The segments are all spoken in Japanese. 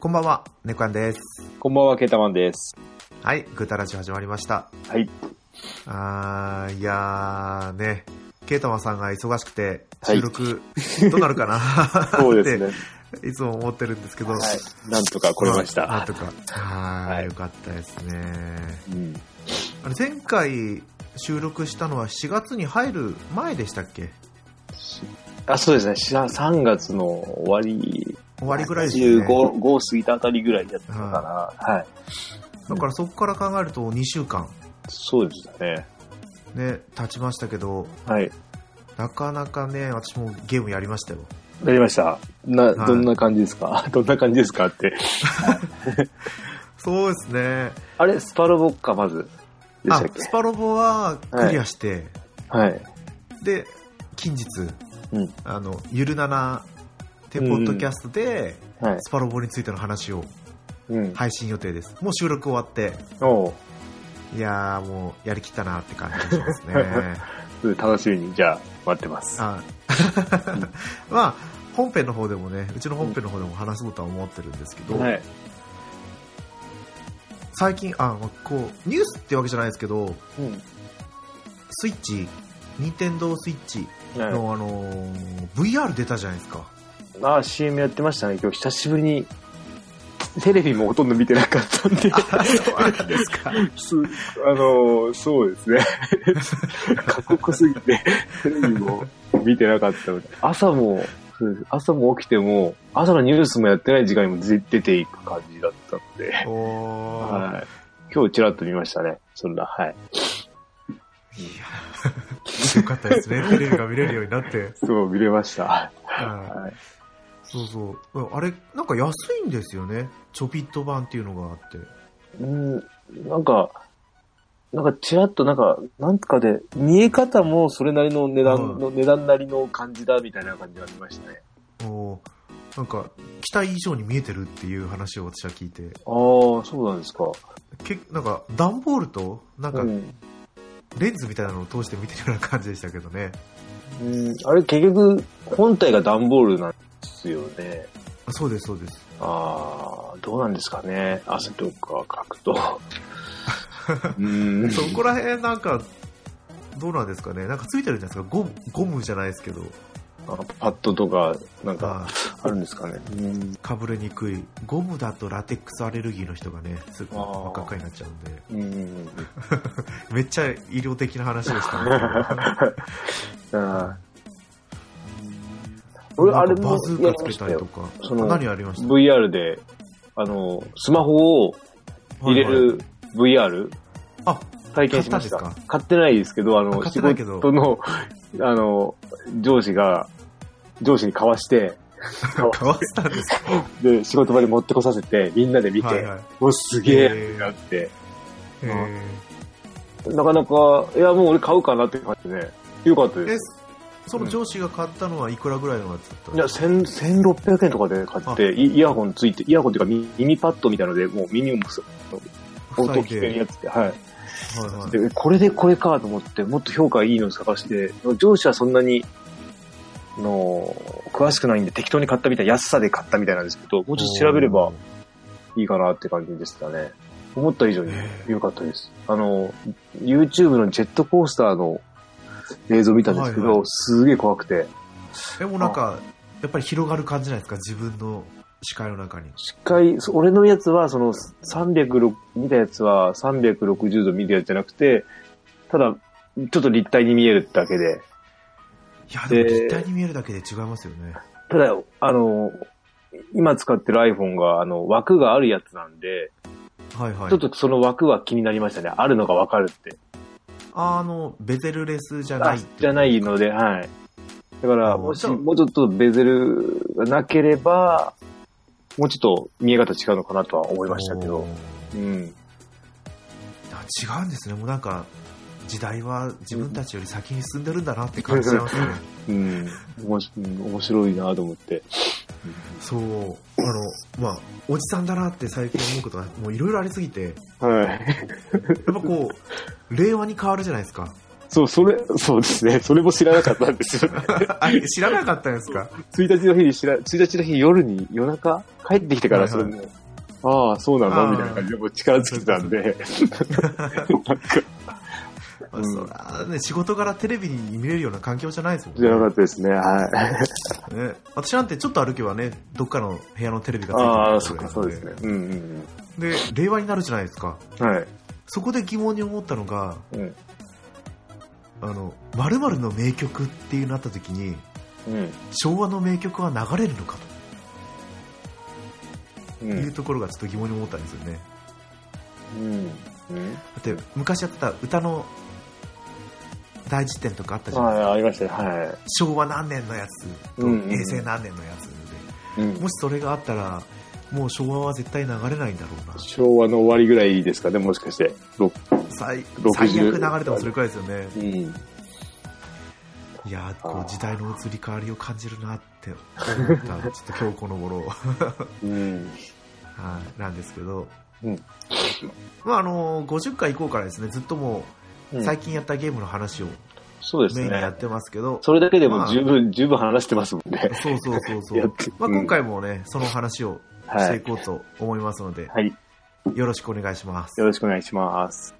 こんばんは、ネコヤンです。こんばんは、ケータマンです。はい、グータラジオ始まりました。はい。あー、いやーね、ケイタマさんが忙しくて、はい収録、どうなるかな そ うですね。っていつも思ってるんですけど、はい。なんとか来れましあなんた。とか。は、はいいよかったですね。うん。あれ、前回収録したのは4月に入る前でしたっけあ、そうですね。し3月の終わり、終わりぐらいですよね。 15、5過ぎたあたりぐらいやったかな。はい。だからそこから考えると2週間、そうでしたね。ね、経ちましたけど、はい。なかなかね、私もゲームやりましたよ。なりました。な、はいどんな感じですか どんな感じですかって。そうですね。あれ、スパロボッカ、まず。でしあたっ、けスパロボはクリアして、はい。で、近日、うんあの、ゆるななってポッドキャストで、はい。スパロボについての話をうん。配信予定です。もう収録終わって、おういやーもうやりきったなって感じがします ね。楽しみに、じゃあ、待ってます。あ まあ、本編の方でもね、うちの本編の方でも話そうとは思ってるんですけど、はい。最近、あ、まあこう、ニュースってわけじゃないですけど、うん。スイッチ、任天堂スイッチはいの、あのー VR 出たじゃないですか。ああ、CM やってましたね。今日久しぶりに、テレビもほとんど見てなかったんで。そうなんですか。すあのーそうです ね。過酷すぎて、テレビも見てなかったので、朝も、そうです朝も起きても、朝のニュースもやってない時間にも出出ていく感じだったので、おーはい。今日ちらっと見ましたね。そんな、はい。いや、よかったですね。テレビが見れるようにな って。そう、見れました。ははい。い、そうそう。あれ、なんか安いんですよね。ちょびっと版っていうのがあって。うん、なんか、なんかちらっとなんか、なんかで、見え方もそれなりの値段の、値段なりの感じだみたいな感じがありましたね。おーなんか、期待以上に見えてるっていう話を私は聞いて。ああ、そうなんですか。けなんか、段ボールと、なんかう、んレンズみたいなのを通して見てるような感じでしたけどね。うん、あれ結局、本体が段ボールなんですよね。あそうです、そうです。ああ、どうなんですかね。汗とか書く と。うん。そこら辺なんか、どうなんですかね。なんかついてるんじゃないですか。ゴム、ゴムじゃないですけど。あパッドとか、なんあか、ーあるんですかね。うん。かぶれにくいゴムだとラテックスアレルギーの人がねすぐあー真っ赤っかになっちゃうんでうん。めっちゃ医療的な話 でしたねあー俺、あなれんかもバズーやりカまつけしたたりとよ。かその何ありました VR で、あの、スマホを入れはいはいる VR あ体験しました。買ったんです買ってないですけど、ああの、買って仕ないけど事の、あの、上司が、上司に買わして、買わせたんですかで、仕事場に持ってこさせて、みんなで見て、はいはいお、すげえへってーなって、えーなかなか、いや、もう俺買うかなって感じでね、よかったでえす。その上司が買ったのはいくらぐらいのやつだったいや、の千、千六百円とかで買って、イイヤホンついて、イヤホンっていうか耳パッドみたいので、もう耳もす音塞い聞けるでやつで、はい。はいはいで、これでこれかと思って、もっと評価いいの探して、上司はそんなに、あの、詳しくないんで適当に買ったみたい、安さで買ったみたいなんですけど、もうちょっと調べればいいかなって感じでしたね。思った以上に良かったです。あの、YouTube のジェットコースターの映像見たんですけど、はいはいすげえ怖くて、えもうなんかやっぱり広がる感じないですか自分の視界の中にしっかり、そ俺のやつは、その、306、見たやつは360度見たやつじゃなくて、ただ、ちょっと立体に見えるだけで、いやでもで立体に見えるだけで違いますよねただ、あの、今使ってる iPhone が、あの、枠があるやつなんで、はいはいちょっとその枠は気になりましたね。あるのがわかるって。あのベゼルレスじゃないっあてことじゃないので、はい。だから、うんもし、でももうちょっとベゼルがなければ、もうちょっと見え方違うのかなとは思いましたおけど。ーうん。あ違うんですねもうなんか時代は自分たちより先に進んでるんだなって感じちゃいますねうん。おもしうん面白いなと思って。そうあのまあおじさんだなって最近思うことがもういろいろありすぎてやっはい。ぱこう令和に変わるじゃないですか そう、それ、そうですね。それも知らなかったんです よね。あれ知らなかったんですか1日の日に知ら、1日の日夜に夜中帰ってきてからはいそはれいで、ああ、そうなあのあみたいな感じで、もう力尽きてたんで。 なんかまあそらね、仕事柄テレビに見れるような環境じゃないですもん知らなかね。ったですね。はい。ね私なんてちょっと歩けばね、どっかの部屋のテレビがついてるああ、とそっころか、なそのうですね。うんうんで、令和になるじゃないですか。うん。はい。そこで疑問に思ったのが、うん。あの、〇〇の名曲っていうなった時に、うん。昭和の名曲は流れるのかとう。いうんところがちょっと疑問に思ったんですよね。うん。うんだって昔やってた歌の大辞典とかあったじゃないはい、ありましたね。は昭和何年のやつとうんうん平成何年のやつで、い。うんもしそれがあったら、もう昭和は絶対流れないんだろうな。昭和の終わりぐらいですかね、もしかして。ろ最60最悪流れてもそれくらいですよね。うん。いやー、こあーう時代の移り変わりを感じるなって思った、ちょっと今日この頃、 うん。はいなんですけど。うんまああのー50回以降からですね、ずっともう最近やったゲームの話をそうですメインにやねっ。てますけど、それだけでも十分、十分話してますもんね。そうそうそうそやうっ。てまあうん今回もね、その話をしはていい。こうと思いますので、はい。よろしくお願いしますよ。ろしくお願いします。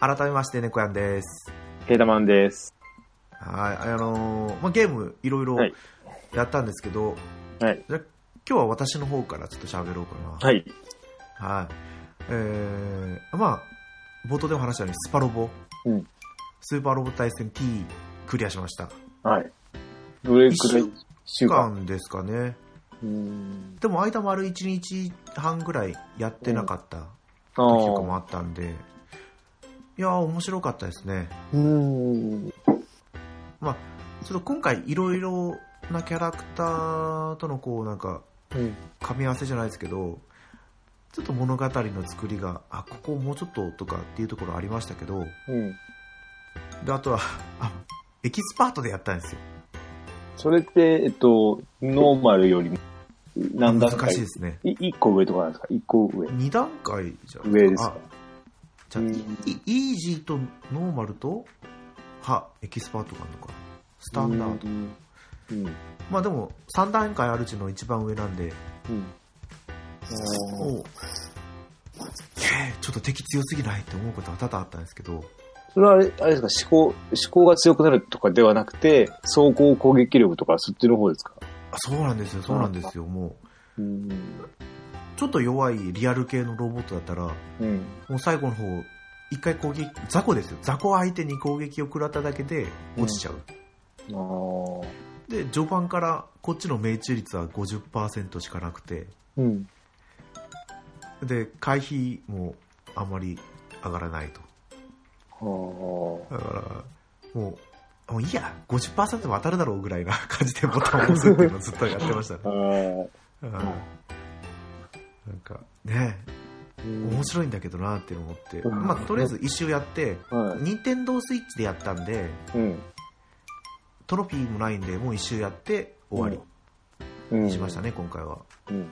改めまして、猫やんです。ケータマンです。はい、あのーまあ、ゲームいろいろはいやったんですけど、はいじゃあ今日は私の方からちょっと喋ろうかな。はい。はい。えー、まあ、冒頭でも話したように、スパロボ、うんスーパーロボ対戦 T クリアしました。はい。どれくらい一期週間ですかね。うん。でも、間丸1日半ぐらいやってなかったあ時とかもあ。あったんで、いやー、面白かったですね。うん。まあ、ちょっと今回いろいろなキャラクターとのこうなんかうん噛み合わせじゃないですけどちょっと物語の作りがあここもうちょっととかっていうところありましたけどうん。であとはあエキスパートでやったんですよそれって、えっと、ノーマルよりも何段難階しいですねい一個上とかなんですか一個上。 2段階じゃん上ですあかじゃあうんイイージーとノーマルとはエキスパートがあるのかスタンダードうん。うん。まあでも3段階あるうちの一番上なんでうん。もうえーちょっと敵強すぎないって思うことは多々あったんですけどそれはあれあれですか、思考、思考が強くなるとかではなくて、走行攻撃力とかそっちの方ですかあそうなんですよそうなんですよもううん。ちょっと弱いリアル系のロボットだったらもうん。う最後の方一回攻撃雑魚ですよ雑魚相手に攻撃を食らっただけで落ちちゃう、ああ。で序盤からこっちの命中率は50%しかなくてうん。で回避もあまり上がらないとああ。だからもうもういいや50%も当たるだろうぐらいな感じでボタンを押すっていうのをずっとやってましたねああ。うん なんかね面白いんだけどなって思って、うんまあ、とりあえず一周やって、はい。任天堂スイッチでやったんでうん。トロフィーもないんでもう一周やって終わうりん。にしましたね、今回はうん。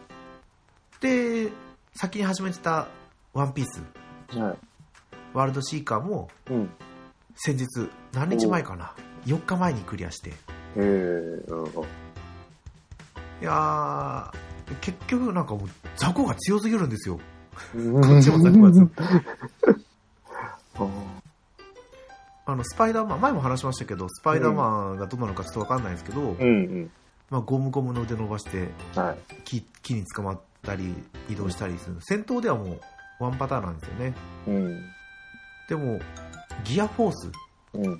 で先に始めてた「ワンピースはワールドシーカーもい。うん。先日何日前かな4日前にクリアしてええー。いやー結局なんかもう雑魚が強すぎるんですようんこっちも雑魚が強いあああのスパイダーマン前も話しましたけどスパイダーマンがどうなのかちょっと分かんないんですけど、うんまあ、ゴムゴムの腕伸ばしてうん。はい。木木に捕まったり移動したりする戦闘ではもうワンパターンなんですよねうん。でもギアフォースっうん。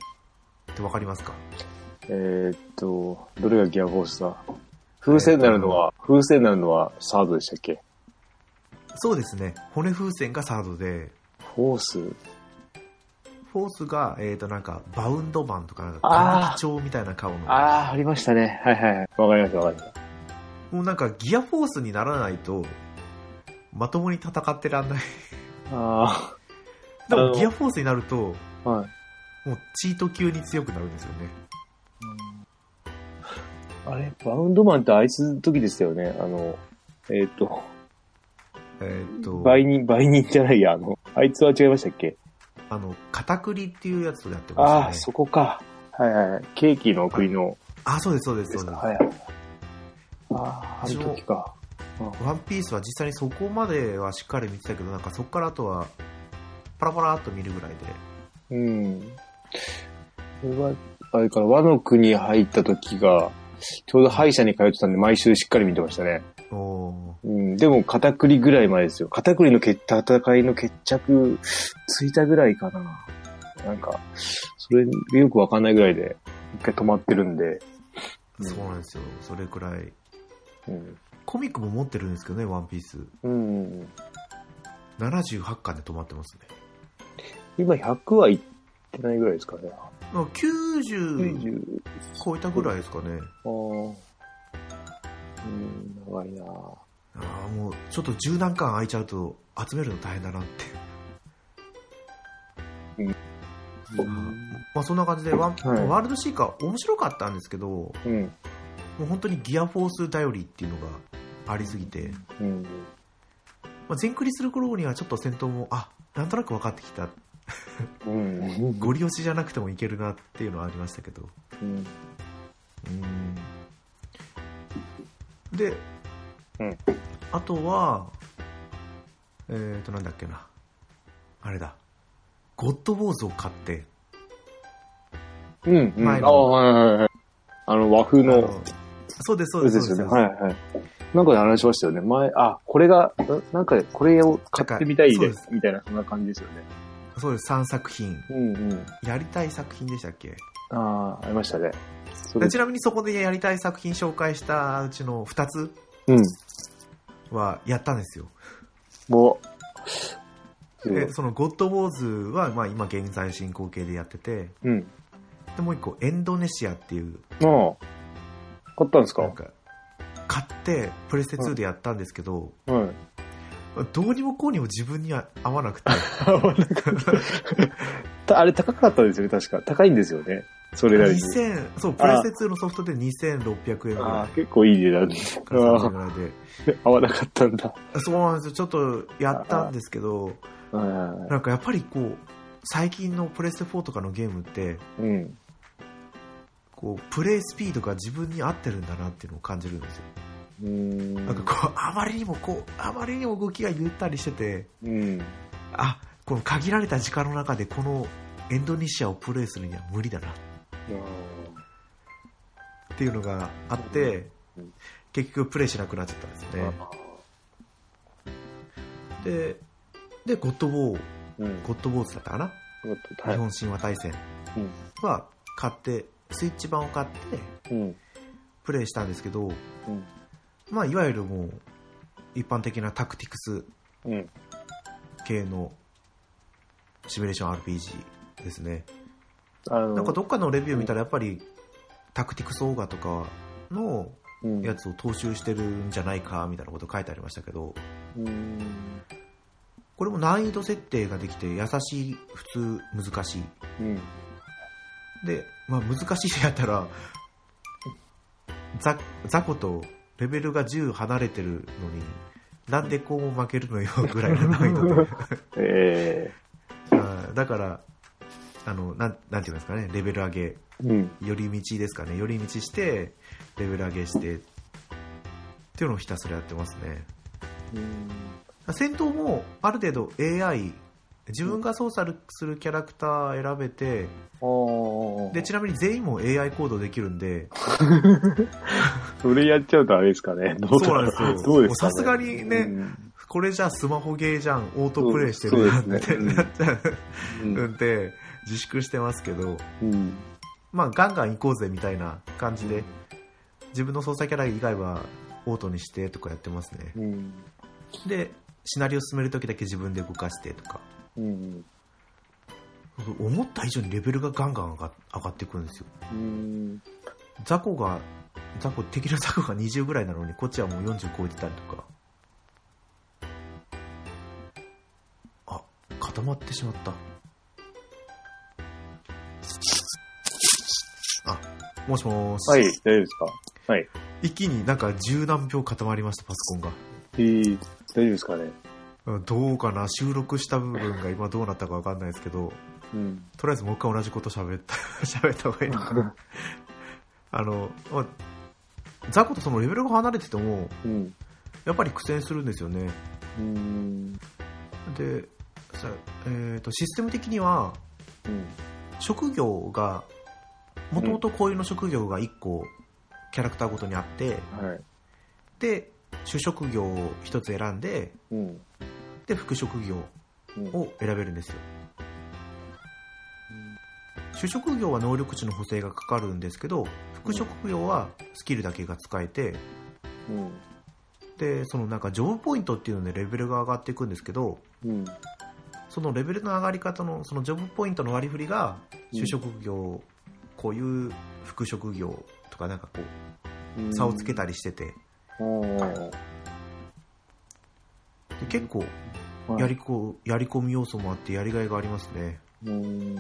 て分かりますかえー、っと、どれがギアフォースだ風船になるのは、風船になるのはサードでしたっけそうですね骨風船がサードでフォースフォースが、えー、となんかバウンドマンとかなんあーか基調みたいな顔のああ、ありましたね。はいはいはい。わかりましたわかりましもうなんかギアフォースにならないとまともに戦ってらんないた。あであものギアフォースになるとあ、はい。もうチート級に強くなるんですよねあれ、バウンドマンってあいつの時でしたよね。あの、えっ、と、えーっと、売人、売人じゃないや、あの、あいつは違いましたっけあの、片栗っていうやつとやってああまー、したそね。こか。はいはいはい。ケーキの国のあ、そうです、そうです、でそすうでか。す。はい。ああ、あの時か。ワンピースは実際にそこまではしっかり見てたけど、なんかそこからあとは、パラパラっと見るぐらいで。うん。これは、あれから和の国入った時が、ちょうど歯医者に通ってたんで、毎週しっかり見てましたね。おーうん、でも、片栗ぐらいまでですよ。片栗の決戦いの決着、ついたぐらいかな。なんか、それよくわかんないぐらいで、一回止まってるんで。うんそうなんですよ。それくらい。うん。コミックも持ってるんですけどね、ワンピース。うん、 78巻で止まってますね。今100はいってないぐらいですかね。まあ、90 90。超えたぐらいですかね。あーうん、長いなああ、もう、ちょっと十何巻空いちゃうと、集めるの大変だなって。まあ、そんな感じで、ワンはいワールドシーカー面白かったんですけど、もうん。う本当にギアフォース頼りっていうのがありすぎて、うん。まあ、全クリする頃にはちょっと戦闘も、あ、なんとなく分かってきた。うん。ゴリ押しじゃなくてもいけるなっていうのはありましたけど。うんうんで、うんあとは、えっ、ー、と、なんだっけな。あれだ。ゴッドウォーズを買って、うん、うん。前のああ、はいはいはい。あの、和風あのの、そうです、そうそうです、ですそうでよね。す。はいはい。なんかで話しましたよね。前、あ、これが、んなんか、これを買ってみたいそうでですす、みたいな、そんな感じですよね。そうです、3作品。うんうん。やりたい作品でしたっけああ、ありましたね。それちなみにそこでやりたい作品紹介したうちの2つうん。はやったんですよ。もう、で、そのゴッドウォーズは、まあ今現在進行形でやってて、うん。で、もう一個、エンドネシアっていうああ、買ったんですかなんか買ってプレステ2でやったんですけど、はい。どうにもこうにも自分には 合わなくて たあれ高かったですよね、確か。高いんですよね。それなりに。 2000そうプレステ2のソフトで2600円ぐあらあ、結構いい値段で。いか3000円ぐらいで合わなかったんだ。そうなんですよちょっとやったんですけどはいはいはなんかやっぱりこう最近のプレステ4とかのゲームってい。うん。こうプレイスピードが自分に合ってるんだなっていうのを感じるんですよ、うーん。なんかこうあまりにもこうあまりにも動きがゆったりしててうん。あこの限られた時間の中でこのエンドネシアをプレイするには無理だなっていうのがあって、うん結局プレイしなくなっちゃったんですよね。で、で、ゴッドボー、うん。ゴッドボーズだったかな、よかった日本神話大戦うんは買って、スイッチ版を買ってうん。プレイしたんですけど、うんまあ、いわゆるもう、一般的なタクティクスうん。系のシミュレーション RPG ですね。あの、なんかどっかのレビュー見たらやっぱり、タクティクスオーガとかのうん、やつを踏襲してるんじゃないかみたいなこと書いてありましたけど、うん。これも難易度設定ができて優しい普通難しいうん。で、まあ、難しいでやったらザザコとレベルが10離れてるのになんでこう負けるのよぐらいの難易度でえあーだからあのなんなんていうんですかねレベル上げえうん。寄り道ですかね寄り道してレベル上げしてっていうのをひたすらやってますねうん。戦闘もある程度 AI 自分が操作するキャラクター選べてああ。でちなみに全員も AI 行動できるんでそれやっちゃうとあれですかね。どだろそうなんですよどうですかもうさすがにねうんこれじゃスマホゲーじゃんオートプレイしてるなそうっそてうですねなっちゃう。うんんで自粛してますけどうん。まあガンガン行こうぜみたいな感じで自分の操作キャラ以外はオートにしてとかやってますねうん。でシナリオ進めるときだけ自分で動かしてとかうん。思った以上にレベルがガンガン上が上がっていくんですようん。雑魚が雑魚敵の雑魚が20ぐらいなのにこっちはもう40超えてたりとかあ固まってしまったあもしもーし、はい、大丈夫ですか一気になんか十何秒固まりましたパソコンがえー、大丈夫ですかね。どうかな収録した部分が今どうなったかわかんないですけど、うん。とりあえずもう一回同じこと喋った、 喋った方がいいのかな。あの、まあ、ザコとそのレベルが離れてても、うん。やっぱり苦戦するんですよね。うん。で、さえーと、システム的には、うん。職業が、もともとこういうの職業が1個、キャラクターごとにあって、はい。で、主職業を1つ選んで、うん。で、副職業うん。を選べるんですよ。主職業は能力値の補正がかかるんですけど副職業はスキルだけが使えてうん。でそのなんかジョブポイントっていうのでレベルが上がっていくんですけどうん。そのレベルの上がり方のそのジョブポイントの割り振りが主職業、こういう副職業とかなんかこう差をつけたりしてておーで結構やりこやり込み要素もあってやりがいがありますねうん。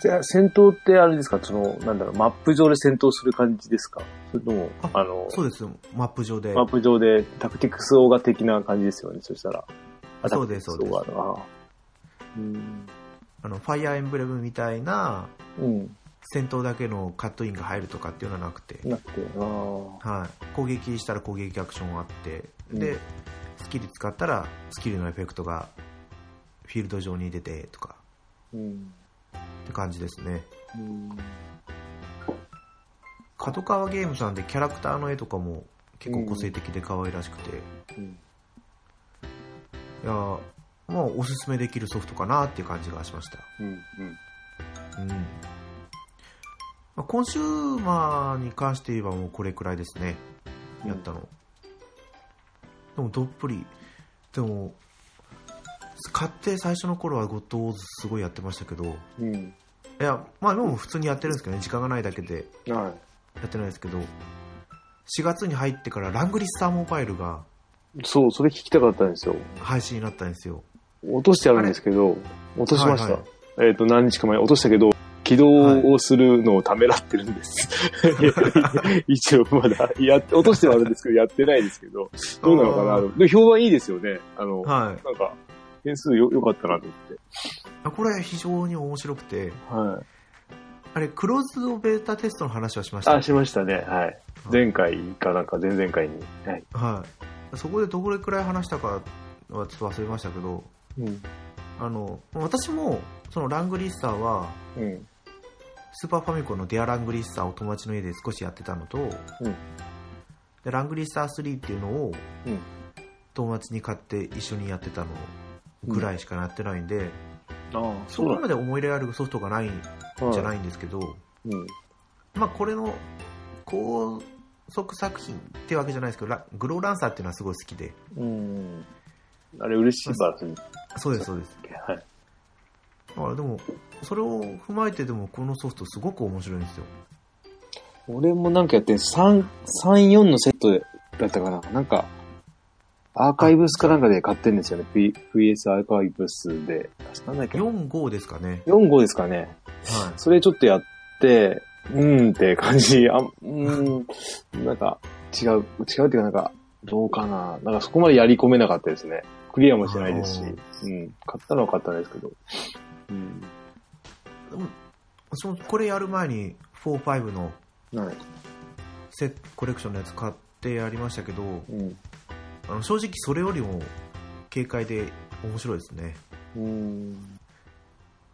じゃあ、戦闘ってあれですかその、なんだろう、マップ上で戦闘する感じですかそれとも、ああの、そうですマップ上でマップ上でタクティクスオーガ的な感じですよね、そしたら。あそうですタクティクスオーガのあーうん。あのファイアーエンブレムみたいなうん。戦闘だけのカットインが入るとかっていうのはなくてなくて、ああ。はい、攻撃したら攻撃アクションがあって、うんでスキル使ったらスキルのエフェクトがフィールド上に出てとかうん。って感じですねうん。角川ゲームさんでキャラクターの絵とかも結構個性的で可愛らしくて、うんいやーまあおすすめできるソフトかなっていう感じがしましたうん。うんまあコンシューマーに関して言えばもうこれくらいですねうんやったの、でもどっぷりでも買って最初の頃はゴッドウォーズすごいやってましたけどいうん。やまあ今も普通にやってるんですけどね時間がないだけではやってないですけど4月に入ってからラングリスターモバイルがい。そう、それ聞きたかったんですよ。配信になったんですよ落としてあるんですけど、落としましはいたはい。えっと、何日か前に落としたけど、起動をするのをためらってるんです。一応まだ、やっ、落としてはあるんですけど、やってないですけど、どうなのかなと。で、評判いいですよね。あの、はいなんか、点数よ、良かったなと思って。あこれ非常に面白くてはい。あれクローズドベータテストの話はしましたあ、しましたね。はい。前回かなんか、前々回に。はい。はい、そこでどれくらい話したかはちょっと忘れましたけどうん。あの私もそのラングリッサーはうん。スーパーファミコンのデアラングリッサーを友達の家で少しやってたのと、でラングリッサー3っていうのをうん友達に買って一緒にやってたのぐらいしかやってないんで、ああ、。そこまで思い入れあるソフトがないんじゃないいんですけど、うん。まあこれの高速作品ってわけじゃないですけどラグローランサーっていうのはすごい好きでうん。あれ、嬉しいバージそうですそうですはい。あでもそれを踏まえてでもこのソフトすごく面白いんですよ俺もなんかやってん、3、3、4のセットでだったかな。なんか、アーカイブスかなんかで買ってんですよね。V- VS アーカイブスで。確かなんだっけ45ですかね、 4号ですかね。はそれちょっとやって、うーんって感じ。あ、うーん。なんか、違う、違うっていうかなんか、どうかな。なんかそこまでやり込めなかったですね。クリアもしてないですし。あうん。買ったのは買ったんですけど。うん。い、でもそのこれやる前に45のはい。セッコレクションのやつ買ってやりましたけどうん。あの正直それよりも軽快で面白いですね、うん。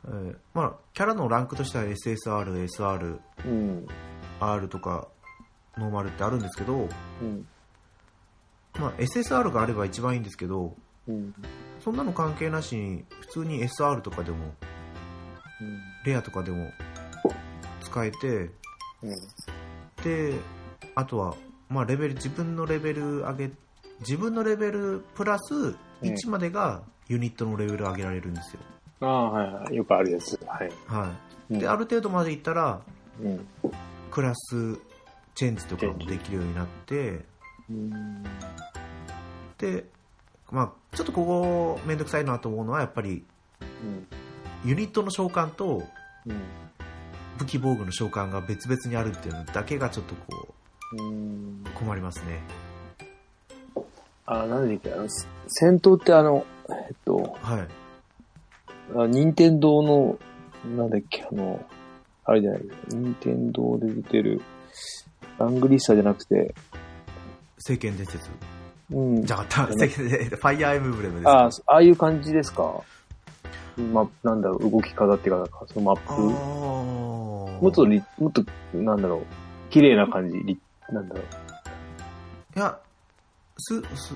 えーまあ、キャラのランクとしては SSRSRR うん。とかノーマルってあるんですけど、うん。まあ、SSR があれば一番いいんですけどうん。そんなの関係なしに普通に SR とかでもレアとかでも使えてうん。であとは、まあ、レベル自分のレベル上げ自分のレベルプラスええ1までがユニットのレベル上げられるんですよ、ああ、はいはい。よくあるやつ。はい。はい、うんである程度までいったらうん。クラスチェンジとかもできるようになってうん。で、まあ、ちょっとここ面倒くさいなと思うのはやっぱりユニットの召喚とうん。武器防具の召喚が別々にあるっていうのだけがちょっとこうん。う困りますねあ、なんでっけ、あの、戦闘ってあの、えっと、はい。あ任天堂の、なんだっけ、あの、あれじゃない、任天堂で出てる、ラングリッサーじゃなくて、聖剣伝説。うんじ。ゃあ、たうん聖剣伝説ファイアーエムブレムですか。ああ、そああいう感じですかまあ、なんだろう、動き方っていうか、なんかそのマッあプ。もーっとり、もっと、なんだろう、綺麗な感じ、りなんだろいう。や、す、す、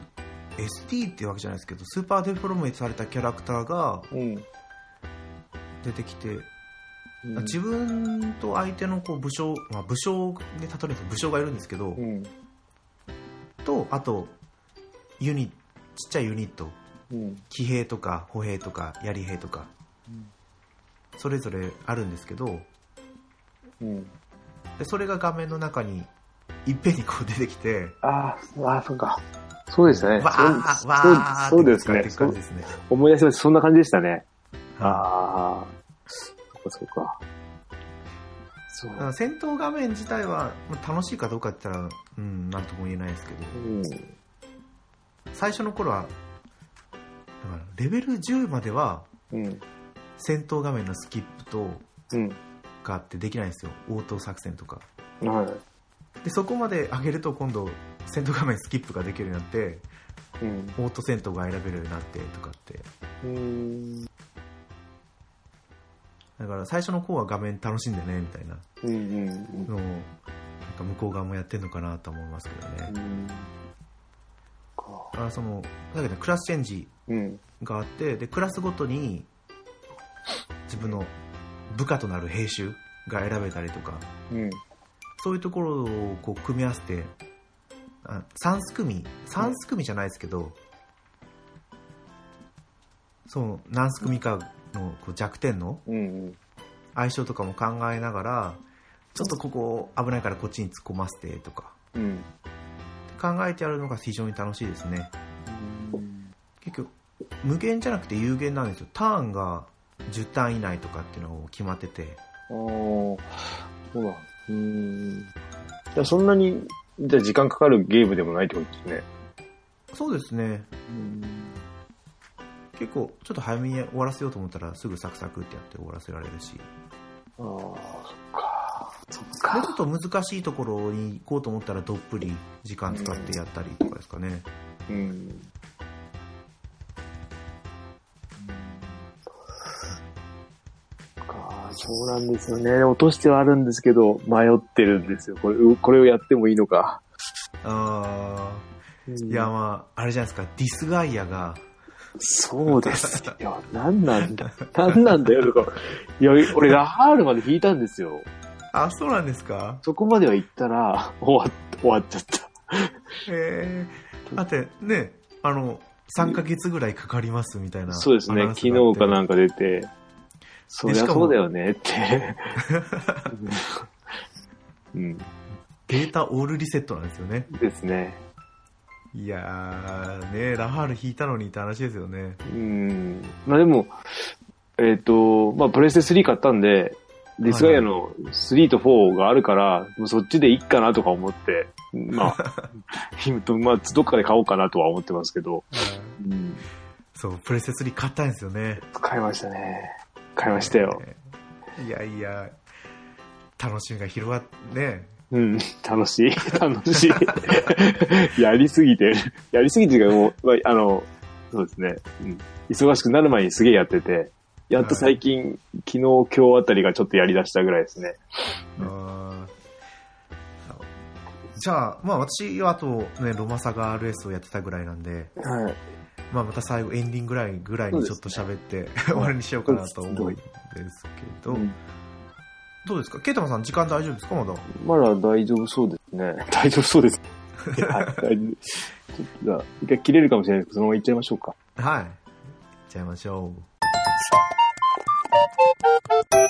ST っていうわけじゃないですけど、スーパーデフォルメされたキャラクターがうん。出てきて、うん自分と相手のこう武将、まあ、武将で例えると武将がいるんですけど、うん。と、あと、ユニ、ちっちゃいユニット、うん。騎兵とか歩兵とか槍兵とか、それぞれあるんですけど、うん。でそれが画面の中にいっぺんにこう出てきて、ああ、ああ、そうか。そうですね。わそーうわーそうそうですって使ってねいく感じですね。思い出しました。そんな感じでしたね。はいああ、そうか、そうか。そだかうら。戦闘画面自体はまあ楽しいかどうかって言ったら、うん、なんとも言えないですけど、うん。最初の頃は、だからレベル10まではうん。戦闘画面のスキップとうかってできないんですよ。応答作戦とか。ん。はい。で、そこまで上げると今度戦闘画面スキップができるようになって、うん。オート戦闘が選べるようになってとかって。うん。だから最初の方は画面楽しんでね、みたいなうん。うん。のを、なんか向こう側もやってんのかなと思いますけどね。だからその、だけどクラスチェンジうん。があってでクラスごとに自分の部下となる兵種が選べたりとかうん。そういうところをこう組み合わせてあ3組3組じゃないですけど、そう何組かのこう弱点のうん。相性とかも考えながらちょっとここ危ないからこっちに突っ込ませてとかうん。考えてやるのが非常に楽しいですね結局無限じゃなくて有限なんですよターンが10ターン以内とかっていうのを決まってておそうだ。うん。じゃそんなに、じゃ時間かかるゲームでもないってことですね。そうですねうん。結構ちょっと早めに終わらせようと思ったらすぐサクサクってやって終わらせられるしでああ、そっか。そっちょっと難しいところに行こうと思ったらどっぷり時間使ってやったりとかですかねうん。かそうなんですよね。落としてはあるんですけど、迷ってるんですよ。これ、うこれをやってもいいのか。あーいやまああれじゃないですかディスガイアがそうですよ。なんな んだ。なんなんだよ、とか。いや、俺、R まで引いたんですよ。あそうなんですかそこまでは行ったら、 終わっ、終わっちゃった。えー、だってねあの3ヶ月ぐらいかかりますみたいなそうですね。昨日かなんか出て、そりしゃかもそうだよねって。 うん。データオールリセットなんですよねですね。いやーねラハール引いたのにって話ですよねうん。まあでも、えっ、と、まあプレステ3買ったんで、ディスガイアの3と4があるから、もうそっちでいいかなとか思って、まあ、今とまあ、どっかで買おうかなとは思ってますけど、うん、そうプレステ3買ったんですよね買いましたね。買いましたよ。いやいや楽しみが広がってねうん、楽しい。楽しい。 やりすぎてる、やりすぎてるかもう、まあ、あの、そうですね、うん。忙しくなる前にすげえやってて、やっと最近、昨日、今日あたりがちょっとやり出したぐらいですね。うんあーじゃあまあ私はあとねロマサガ RS をやってたぐらいなんではい。まあまた最後エンディングぐらいぐらいにちょっと喋って、 終わりにしようかなと思うんですけど、うんどうですかケイタマさん時間大丈夫ですかまだまだ大丈夫そうですね。 大丈夫そうです。はい大丈夫ちょっとじゃあ、一回切れるかもしれないですけど、そのまま行っちゃいましょうか。はい行っちゃいましょう